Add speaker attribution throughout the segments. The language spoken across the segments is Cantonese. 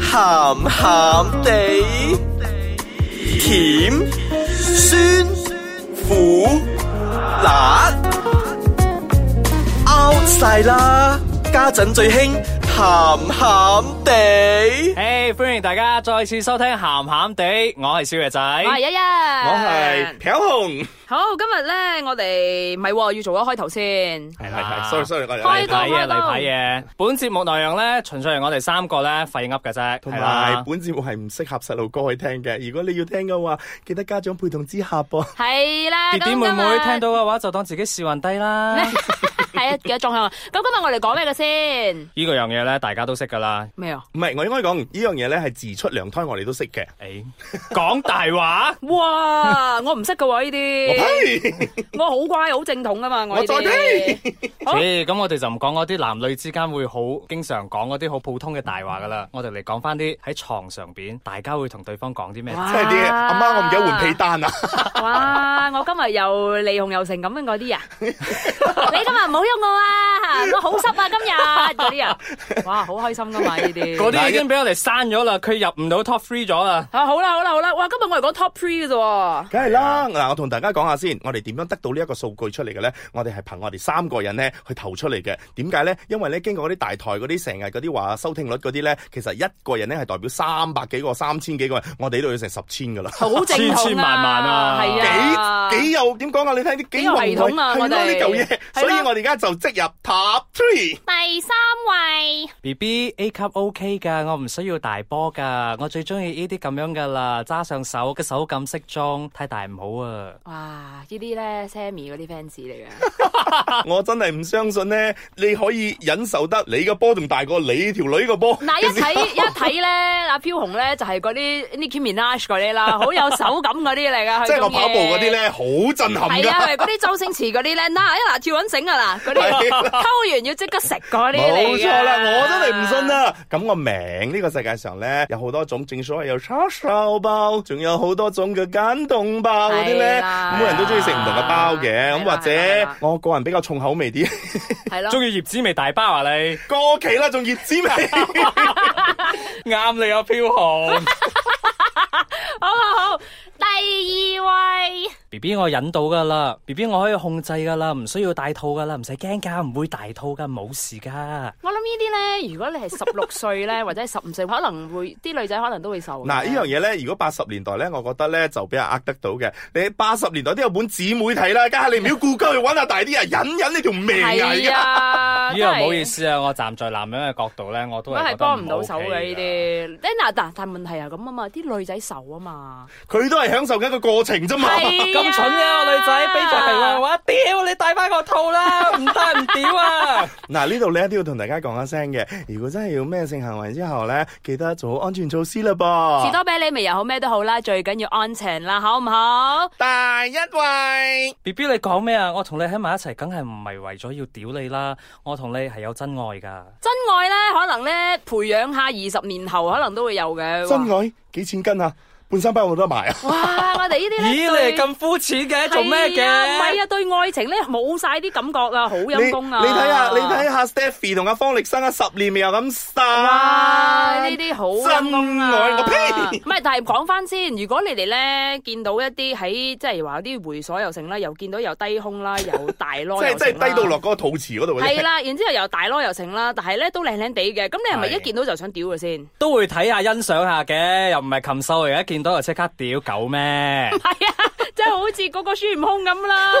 Speaker 1: 鹹鹹地，甜酸苦辣 out 晒啦！家陣最興鹹鹹地，
Speaker 2: 誒，歡迎大家再次收聽咸咸地，我係少爺仔，
Speaker 3: 我係
Speaker 2: 係
Speaker 3: 一一，
Speaker 1: 我係飄紅，
Speaker 3: 好，今日咧我哋唔係喎，要做個開頭先，
Speaker 2: 啦
Speaker 1: 係 sorry sorry，我
Speaker 3: 開
Speaker 2: 例
Speaker 3: 到
Speaker 2: 牌嘢，
Speaker 3: 開
Speaker 2: 啊例
Speaker 3: 到
Speaker 2: 牌嘢。本節目內容咧，純粹係我哋三個咧廢噏嘅啫，
Speaker 4: 同
Speaker 2: 係啦
Speaker 4: 埋，本節目係唔適合細路哥去聽嘅，如果你要聽嘅話，記得家長陪同之下 噃。
Speaker 3: 係啦，
Speaker 2: 弟
Speaker 3: 咁
Speaker 2: 弟妹妹聽
Speaker 3: 到
Speaker 2: 到嘅話就當自己試運低啦。
Speaker 3: 係啊，記得裝香啊。咁今日我哋講咩嘅先？
Speaker 2: 呢個樣嘢咧，大家都識噶啦。
Speaker 3: 咩啊？
Speaker 4: 唔係，我應該講呢樣嘢咧係自出娘胎我哋都識 嘅。
Speaker 2: 誒，講大話，
Speaker 3: 哇！我唔識嘅喎呢啲，
Speaker 4: 嘿
Speaker 3: 我好乖好正統噶嘛，我呢
Speaker 4: 哎我再
Speaker 3: 啲。好
Speaker 2: 咦咁我哋就唔講嗰啲男女之間會好經常講嗰啲好普通嘅大話噶啦。我哋嚟講翻啲喺床上邊，大家會同對方講啲咩？
Speaker 3: 哇
Speaker 4: 真係啲阿媽，我唔記得換被單 啊！
Speaker 3: 哇！我今日又利紅又成咁樣嗰啲啊！你 今日唔好喐我啊！我好濕啊今日嗰啲啊！哇，好開心噶嘛呢啲。
Speaker 2: 嗰啲已經俾我哋刪咗啦，佢入唔到 top three 咗啦。
Speaker 3: 啊好啦好啦好啦！哇，今日我哋講 top three 嘅啫喎。
Speaker 4: 梗係啦，嗱，我同大家講下先，我哋點樣得到呢一個數據出嚟嘅咧？我哋係憑我哋三個人咧去投出嚟嘅。點解咧？因為咧經過嗰啲大台嗰啲成日嗰啲話收聽率嗰啲咧，其實一個人咧係代表三百幾個、三千幾個人，我哋呢度要成十千噶啦。
Speaker 3: 好正統啊，
Speaker 2: 千千萬萬啊
Speaker 3: 係啊，
Speaker 4: 幾幾有點講啊？你睇啲幾
Speaker 3: 幾有系統啊我哋
Speaker 4: 宏偉係咯呢嚿嘢，
Speaker 3: 係咯
Speaker 4: 所以我哋而家就即入 top three。
Speaker 3: 第三位
Speaker 2: B B A 級 O K 噶，我唔需要大波噶，我最中意呢啲咁樣噶啦，揸上手嘅手感適中，太大唔好啊！
Speaker 3: 哇！呢啲咧 Sammy 嗰啲 fans 嚟嘅，啊
Speaker 4: 我真係唔相信呢，你可以忍受得你個波仲大過你條女個波。
Speaker 3: 嗱一睇一睇咧，阿飄紅咧就係嗰啲 Nicki Minaj 嗰啲啦，好有手感嗰啲嚟噶，佢
Speaker 4: 即係我
Speaker 3: 中意
Speaker 4: 跑步嗰啲。咧，好震撼
Speaker 3: 係啊，係
Speaker 4: 㗎。
Speaker 3: 嗰啲周星馳嗰啲咧，嗱一嗱跳緊繩啊嗱，嗰啲
Speaker 4: 係啦
Speaker 3: 溝完要即刻食嗰啲嚟㗎
Speaker 4: 冇錯啦，我真係唔信！啊啦。咁我明呢個世界上咧有好多種，正所謂有叉燒包，仲有好多種嘅簡凍包嗰啲
Speaker 3: 係
Speaker 4: 咧，
Speaker 3: 啦
Speaker 4: 每人都中意食唔同嘅包嘅。
Speaker 3: 係啦啊
Speaker 4: 咁或
Speaker 3: 係
Speaker 4: 者
Speaker 3: 啦
Speaker 4: 我個人比較重口味啲，
Speaker 3: 係咯，
Speaker 2: 中意葉子味大包啊你，
Speaker 4: 過期啦，仲熱滋味。
Speaker 2: 啱你啊飄紅
Speaker 3: 好好好，第二位
Speaker 2: B B 我忍到噶啦，B B 我可以控制噶啦，唔需要大肚噶啦，唔使驚噶，唔會大肚噶，冇事噶。
Speaker 3: 我諗呢啲咧，如果你係十 六歲咧，或者係十五歲，可能會啲女仔可能都會受。
Speaker 4: 嗱，呢樣嘢咧，如果八十年代咧，我覺得咧就俾人呃得到嘅。你八十年代都有本姊妹睇啦，家下你唔要顧家去揾下大啲人，忍忍你條命
Speaker 3: 係
Speaker 4: 嚟㗎。
Speaker 3: 啊，
Speaker 2: 呢
Speaker 3: 真
Speaker 2: 個
Speaker 3: 係
Speaker 2: 唔好意，思啊，我站在男人嘅角度咧，我都
Speaker 3: 我
Speaker 2: 係
Speaker 3: 係
Speaker 2: 覺得
Speaker 3: 幫唔到手嘅
Speaker 2: OK 㗎
Speaker 3: 呢。啲。誒嗱，但但問題係咁啊嘛，啲女仔受啊嘛，
Speaker 4: 佢都係享受緊個過程啫嘛。
Speaker 2: 咁蠢嘅個女仔，俾着係我，我屌你戴翻個套啦，唔戴唔屌啊！
Speaker 4: 嗱，呢度咧都要同大家講一聲嘅，如果真係要咩性行為之後咧，記得做好安全措施啦
Speaker 3: 士
Speaker 4: 噃。
Speaker 3: 多啤梨味又好咩都好啦，最緊要安全啦，好唔好？
Speaker 4: 第一位，
Speaker 2: B B 你講咩啊？我同你喺埋一齊，梗係唔係為咗要屌你啦，我同你係有真愛噶。
Speaker 3: 真愛咧，可能咧培養下二十年後，可能都會有嘅。
Speaker 4: 真愛幾千斤啊？半身不我得埋啊！
Speaker 3: 哇！哇我哋呢啲
Speaker 2: 咦，
Speaker 3: 咧，
Speaker 2: 你係
Speaker 3: 對
Speaker 2: 咁膚淺嘅，做咩嘅？
Speaker 3: 係啊唔係啊，對愛情咧冇晒啲感覺啦，好
Speaker 4: 你
Speaker 3: 陰
Speaker 4: 你
Speaker 3: 功啊！
Speaker 4: 睇下，你睇下 Stephy 同阿方力申啊，十年未有咁散。
Speaker 3: 哇！呢啲好陰功啊
Speaker 4: 真愛我呸
Speaker 3: 唔係，但係講翻先，如果你哋咧見到一啲喺即係話啲會所又成啦，又見到又低胸啦，又大籮又
Speaker 4: 即
Speaker 3: 成
Speaker 4: 係即係
Speaker 3: 啦
Speaker 4: 低到落嗰個肚臍嗰度嘅啫。
Speaker 3: 係啦，然之後又大籮又成啦，但係咧都靚靚地嘅，咁你係咪
Speaker 2: 係
Speaker 3: 一見到就想屌佢先？
Speaker 2: 都會睇下欣賞下嘅，又唔係禽獸嚟嘅，見到就即刻屌狗咩？
Speaker 3: 係啊，即係好似嗰個孫悟空咁啦，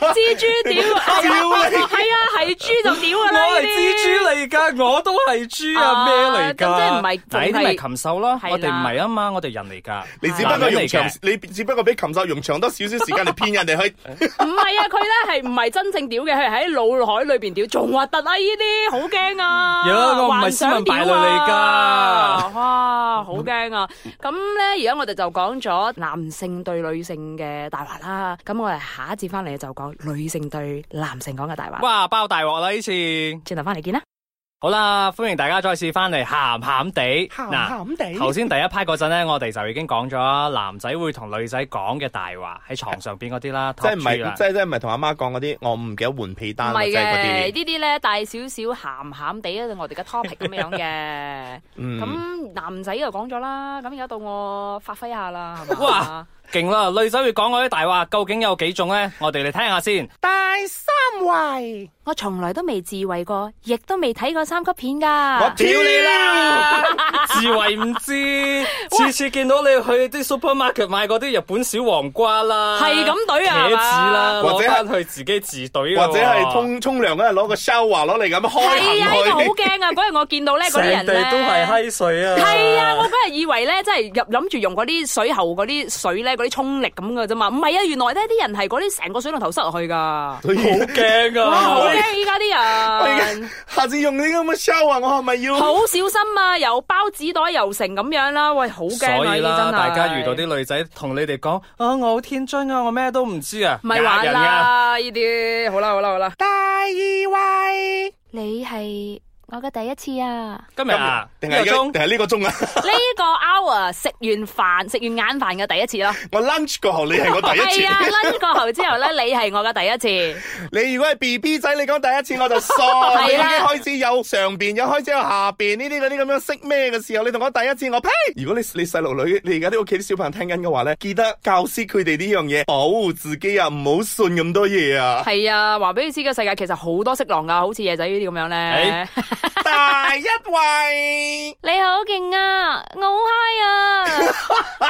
Speaker 3: 蜘 蛛屌，係啊
Speaker 4: 屌你
Speaker 3: 係啊，係豬就屌
Speaker 2: 我
Speaker 3: 㗎啦，
Speaker 2: 係
Speaker 3: 呢啲
Speaker 2: 蜘蛛嚟㗎，我都係豬啊，
Speaker 3: 啊
Speaker 2: 咩嚟㗎？
Speaker 3: 咁即係唔係
Speaker 2: 嗱呢啲咪
Speaker 3: 係
Speaker 2: 禽獸咯？
Speaker 3: 係啦
Speaker 2: 我哋唔係啊嘛，我哋人嚟㗎。
Speaker 4: 你只不過用
Speaker 2: 男
Speaker 4: 長
Speaker 2: 人嚟，
Speaker 4: 你只不過比禽獸用長多少少時間嚟騙 人哋去。
Speaker 3: 唔係啊，佢咧係唔係真正屌嘅，佢係喺腦海裏邊屌，仲核突啊！呢啲好驚啊，
Speaker 2: 有啊我唔係
Speaker 3: 幻想
Speaker 2: 斯文敗類
Speaker 3: 屌
Speaker 2: 嚟
Speaker 3: 啊
Speaker 2: 㗎
Speaker 3: 哇，好驚啊！咁咧，而家我哋就講咗男性對女性嘅大話啦，咁我哋下一節翻嚟就講女性對男性講嘅大話。
Speaker 2: 哇，包大鑊啦！呢次
Speaker 3: 轉頭翻嚟見啦，
Speaker 2: 好啦，歡迎大家再次翻嚟，鹹鹹地嗱。
Speaker 4: 地
Speaker 2: 頭先第一 part 嗰陣咧，我哋就已經講咗男仔會同女仔講嘅大話喺床上邊嗰啲啦，
Speaker 4: 即係唔
Speaker 2: top
Speaker 4: 係，
Speaker 2: three 啦
Speaker 4: 即係即係唔係同阿媽講嗰啲，我唔記得換被
Speaker 3: 唔
Speaker 4: 單或
Speaker 3: 係
Speaker 4: 者
Speaker 3: 嘅
Speaker 4: 嗰啲。
Speaker 3: 呢啲咧帶少少鹹鹹地啊，我哋嘅 topic 咁樣嘅。
Speaker 4: 嗯
Speaker 3: 咁男仔就講咗啦，咁而家到我發揮下啦，係嘛？
Speaker 2: 哇勁啦！女仔會講嗰啲大話，究竟有幾種呢？我哋嚟聽下先。
Speaker 5: 第三位，
Speaker 3: 我從來都未自慰過，亦都未睇過三級片㗎。
Speaker 4: 我屌你啦！
Speaker 2: 自為唔 知，次次見到你去啲 supermarket 買嗰啲日本小黃瓜啦，
Speaker 3: 係咁懟啊
Speaker 2: 茄子啦，
Speaker 4: 或者
Speaker 2: 攞
Speaker 4: 係
Speaker 2: 翻去自己自懟㗎啊喎，
Speaker 4: 或者係沖沖涼嗰日攞個 shower 攞嚟咁開
Speaker 3: 係啊，呢個
Speaker 4: 行
Speaker 3: 好
Speaker 4: 佢。
Speaker 3: 驚啊！嗰日我見到咧，嗰啲人
Speaker 2: 成
Speaker 3: 咧
Speaker 2: 地都係閪水啊！
Speaker 3: 係啊，我嗰日以為咧，真係入諗住用嗰啲水喉嗰啲水咧，嗰啲沖力咁嘅啫嘛。唔係啊，原來咧啲人係嗰啲成個水龍頭塞落去噶。
Speaker 4: 所以
Speaker 2: 驚
Speaker 3: 哇，好
Speaker 2: 啊！
Speaker 3: 驚依家啲人，
Speaker 4: 下次用呢啲咁嘅 shower，我係咪要？
Speaker 3: 好小心啊！又包紙袋又成咁樣啦，喂，好
Speaker 2: 所
Speaker 3: 驚啊！
Speaker 2: 以
Speaker 3: 呢啲
Speaker 2: 啦，
Speaker 3: 真係。
Speaker 2: 大家遇到啲女仔同你哋講啊，我好天真啊，我咩都唔知啊，
Speaker 3: 唔係
Speaker 2: 呃
Speaker 3: 玩
Speaker 2: 人㗎。
Speaker 3: 啦，呢啲好啦好啦好啦。
Speaker 5: 第二位，
Speaker 3: 你係我嘅第一次啊！
Speaker 2: 今日啊，
Speaker 4: 定
Speaker 2: 呢
Speaker 4: 係
Speaker 2: 個鐘
Speaker 4: 呢定係呢個鐘啊？
Speaker 3: 呢個 hour 食完飯食完晏飯嘅第一次咯。
Speaker 4: 我 lunch 過後，你係我第一
Speaker 3: 係啊，
Speaker 4: 次。
Speaker 3: 攆過後之後咧，你係我嘅 第一次。
Speaker 4: 你如果係 B B 仔，你講第一次我就傻。
Speaker 3: 啦
Speaker 4: 你已經開始有上邊，有開始有下邊呢啲嗰啲咁樣識咩嘅時候，你同我第一次我呸！如果你你細路女，你而家啲屋企啲小朋友聽緊嘅話咧，記得教師佢哋呢樣嘢，保護自己啊，唔好信咁多 嘢啊。
Speaker 3: 係啊，話俾你知嘅世界其實好多色狼噶，好似夜仔呢啲咁樣咧。
Speaker 4: 第一位。
Speaker 3: 你好勁啊，我好 high 啊！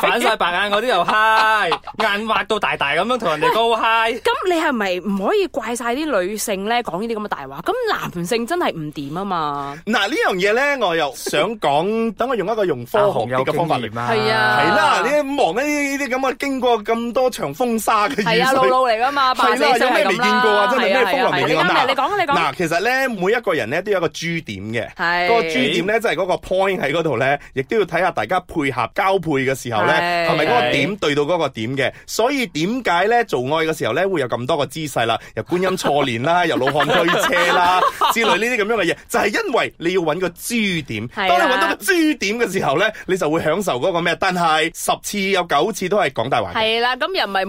Speaker 2: 反晒白眼嗰啲又嗨， 眼挖到大大咁樣同人哋高嗨。
Speaker 3: 咁你係咪唔可以怪晒啲女性咧講呢啲咁嘅大話？咁男性真係唔掂啊嘛。
Speaker 4: 嗱呢樣嘢咧，我又想講，等我用一個用科學啲嘅方法嚟。
Speaker 2: 啊
Speaker 3: 係啊
Speaker 4: 係啦，你望呢呢啲咁嘅經過咁多場風沙嘅
Speaker 3: 係
Speaker 4: 雨
Speaker 3: 啊，
Speaker 4: 水
Speaker 3: 露露嚟噶嘛，
Speaker 4: 係
Speaker 3: 扮死
Speaker 4: 啦，
Speaker 3: 死
Speaker 4: 有
Speaker 3: 係
Speaker 4: 咩未
Speaker 3: 咁
Speaker 4: 見過啊？
Speaker 3: 啦。
Speaker 4: 真係咩
Speaker 3: 係啊
Speaker 4: 風
Speaker 3: 係
Speaker 4: 林
Speaker 3: 啊
Speaker 4: 未
Speaker 3: 你
Speaker 4: 見過？
Speaker 3: 啱嘅，你講你講。
Speaker 4: 嗱，其實咧，每一個人咧都有一個 G 點嘅，
Speaker 3: 係
Speaker 4: 嗰個 G 點咧就係嗰個 point 喺嗰度咧，亦都要睇下大家配合交配嘅時候咧，
Speaker 3: 係
Speaker 4: 係咪嗰個
Speaker 2: 係
Speaker 4: 點對到嗰個點嘅？所以點解咧做愛嘅時候咧會有咁多個姿勢啦？由觀音錯 蓮啦，由老漢推車啦之類呢啲咁樣嘅嘢，就係因為你要揾個 G 點。
Speaker 3: 係啊
Speaker 4: 當
Speaker 3: 啦
Speaker 4: 你揾到個 G 點嘅時候咧，你就會享受嗰個咩？但係十次有九次都係講大話嘅。
Speaker 3: 係啊啦，咁又唔係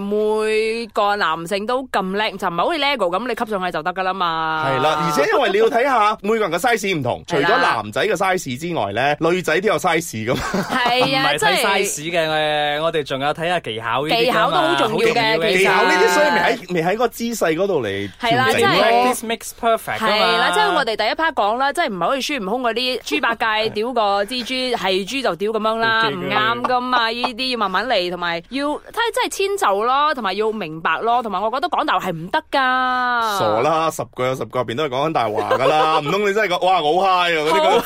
Speaker 3: 每個男性都咁叻，就唔係好似 LEGO 咁，你吸上去就得噶啦嘛。
Speaker 4: 係啦，而 且因為你要睇下每個人嘅 size 唔同，除
Speaker 3: 係
Speaker 4: 咗
Speaker 3: 啦
Speaker 4: 男仔嘅 size 之外咧，女仔都有 size 噶嘛。
Speaker 2: 唔
Speaker 3: 係啊，
Speaker 2: 係
Speaker 3: 真
Speaker 2: 睇
Speaker 3: 係
Speaker 2: size 嘅，誒我哋仲有睇下技巧呢啲㗎嘛啊
Speaker 3: 技巧都好重要嘅其實
Speaker 4: 技巧呢啲，所以
Speaker 3: 咪
Speaker 4: 未喺未喺個姿勢嗰度嚟
Speaker 3: 係啦
Speaker 4: 調整
Speaker 3: 真係
Speaker 4: 咯。
Speaker 2: Practice makes perfect 㗎嘛
Speaker 3: 係啦，即係我哋第一 part 講啦，即係唔係好似孫悟空嗰啲豬八戒屌個蜘蛛係豬就屌咁樣啦，
Speaker 2: 好
Speaker 3: 唔
Speaker 2: 驚
Speaker 3: 啱噶嘛，呢啲要慢慢嚟，同埋要睇真係遷就咯，同埋要明白咯，同埋我覺得講大話係唔得噶。
Speaker 4: 傻！啦，十個有十個入邊都係講緊大 話噶啦，唔通你真係講哇我好 high 啊嗰
Speaker 3: 好
Speaker 4: 啲
Speaker 3: 灰
Speaker 4: 咁？
Speaker 3: 啊！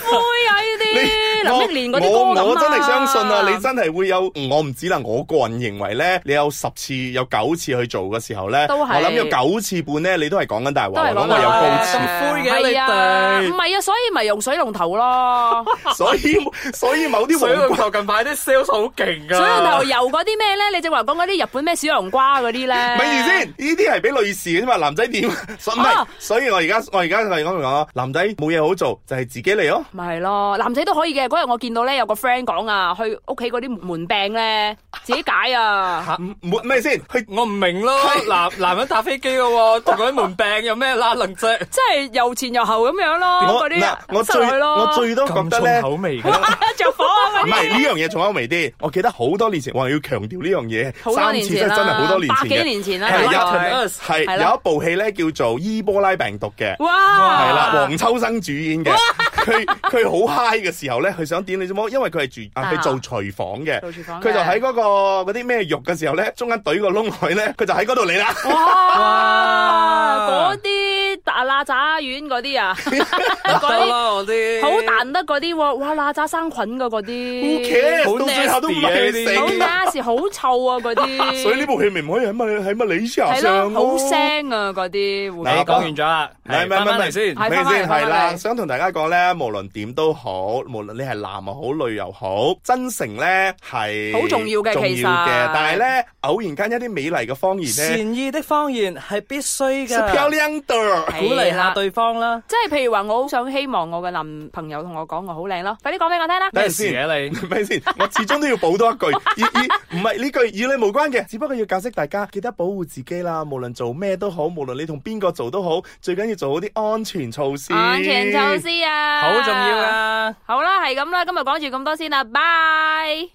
Speaker 3: 呢啲林憶蓮嗰啲
Speaker 4: 我
Speaker 3: 歌咁啊
Speaker 4: 我真係相信啊！你真係會有，我唔只能我個人認為咧，你有十次有九次去做嘅時候咧，
Speaker 3: 都
Speaker 4: 我
Speaker 3: 係
Speaker 4: 諗有九次半咧，你都係講緊大
Speaker 3: 都
Speaker 4: 話，
Speaker 3: 係
Speaker 4: 講
Speaker 3: 講
Speaker 4: 我有 高
Speaker 2: 次咁灰嘅
Speaker 3: 係啊，
Speaker 2: 你哋
Speaker 3: 唔係啊，所以咪用水 龍頭咯。
Speaker 4: 潮，所以所以某啲
Speaker 2: 水
Speaker 4: 黃
Speaker 2: 龍
Speaker 4: 瓜
Speaker 2: 頭近排啲 sales 好勁㗎。
Speaker 3: 水龍頭油嗰啲咩咧？你正話講嗰啲日本咩小黃瓜嗰啲咧？
Speaker 4: 咪住先，呢啲係俾女士嘅啫嘛，男仔點？ 所以唔係
Speaker 3: 啊，
Speaker 4: 所以我而家我而家係咁講啊，男仔冇嘢好做，就係自己嚟咯。
Speaker 3: 咪係咯，男仔都可以嘅。嗰日我見到咧有個 friend 講啊，去屋企嗰啲門病咧自己 解啊。
Speaker 4: 唔唔咩先？去
Speaker 2: 嗯我唔明咯，男男人打飛機嘅喎，同佢門病有咩拉楞啫？
Speaker 3: 即係又前又後咁樣咯，
Speaker 4: 我
Speaker 3: 哦嗰
Speaker 4: 嗱，
Speaker 3: 啲啊
Speaker 4: 我
Speaker 3: 塞
Speaker 4: 最
Speaker 3: 落去咯，
Speaker 4: 我最多覺
Speaker 2: 咁
Speaker 4: 得
Speaker 2: 重
Speaker 4: 咧
Speaker 2: 口。味嘅。
Speaker 3: 着火啊！
Speaker 4: 唔係呢樣嘢仲有微啲，我記得好多年前，我要強調呢樣嘢，
Speaker 3: 好多
Speaker 4: 三
Speaker 3: 年
Speaker 4: 次
Speaker 3: 前
Speaker 4: 真
Speaker 3: 啦，
Speaker 4: 真係好多年
Speaker 3: 百幾
Speaker 4: 前嘅，
Speaker 3: 年前啦，
Speaker 4: 係
Speaker 3: 大概
Speaker 2: 有
Speaker 4: 係
Speaker 3: 係啦
Speaker 4: 有一部戲咧叫做《伊波拉病毒》嘅。
Speaker 3: 哇，
Speaker 4: 係啦，黃秋生主演嘅，佢佢好 high 嘅時候咧，佢想點你啫麼？因為佢係住啊，
Speaker 3: 啊
Speaker 4: 佢做廚房嘅，
Speaker 3: 做廚房嘅
Speaker 4: 佢就喺嗰個嗰啲咩肉嘅時候咧，中間懟個窿落去咧，佢就喺嗰度嚟啦。
Speaker 3: 哇，
Speaker 2: 哇
Speaker 3: 嗰啲大辣炸丸嗰啲啊，
Speaker 2: 得
Speaker 3: 嗰啲
Speaker 2: 啦，我啲
Speaker 3: 好彈得嗰啲喎，哇，辣炸生菌嘅嗰
Speaker 4: Who
Speaker 3: 啲
Speaker 4: cares？
Speaker 2: 好
Speaker 4: 到最後都唔
Speaker 2: nasty 啊呢
Speaker 3: 好 n
Speaker 4: 係佢死。
Speaker 3: a s 好臭啊嗰 啲，
Speaker 4: 所以呢部戲咪唔可以喺乜喺乜理查
Speaker 3: 係
Speaker 4: 上
Speaker 3: 咯，
Speaker 4: 咯
Speaker 3: 好腥啊嗰啲
Speaker 2: 你
Speaker 3: 會
Speaker 4: 嗱
Speaker 2: 講完咗啦，
Speaker 4: 咪
Speaker 2: 係
Speaker 4: 咪
Speaker 2: 翻返嚟
Speaker 4: 咪
Speaker 2: 先
Speaker 3: 係。
Speaker 4: 咪
Speaker 3: 翻返嚟
Speaker 4: 先
Speaker 3: 翻
Speaker 4: 係
Speaker 3: 返
Speaker 4: 啦，
Speaker 3: 嚟
Speaker 4: 想同大家講咧，無論點都好，無論你係男又好，女又好，真誠咧係
Speaker 3: 好重要嘅
Speaker 4: 重
Speaker 3: 其
Speaker 4: 要
Speaker 3: 實
Speaker 4: 嘅。但係咧，偶然間一啲美麗嘅方言咧，
Speaker 2: 善意的方言係必須
Speaker 4: 是漂
Speaker 2: 嘅。
Speaker 4: 亮的。
Speaker 2: 鼓勵下
Speaker 3: 啦
Speaker 2: 對方啦。
Speaker 3: 即係譬如話，我好想希望我嘅男朋友同我講我好靚咯，快啲講俾我聽啦。
Speaker 4: 等
Speaker 2: 咩
Speaker 4: 陣
Speaker 2: 事
Speaker 4: 先
Speaker 2: 嘅你？
Speaker 4: 咪先？我始終都要補多一句， 以以唔係呢句與你無關嘅，只不過要教識大家記得保護自己啦。無論做咩都好，無論你同邊個做都好，最緊要做好啲安全措施。
Speaker 3: 安全措。施啊，
Speaker 2: 好重要。啊！
Speaker 3: 好啦，係咁啦，今日講住咁多先啦，拜。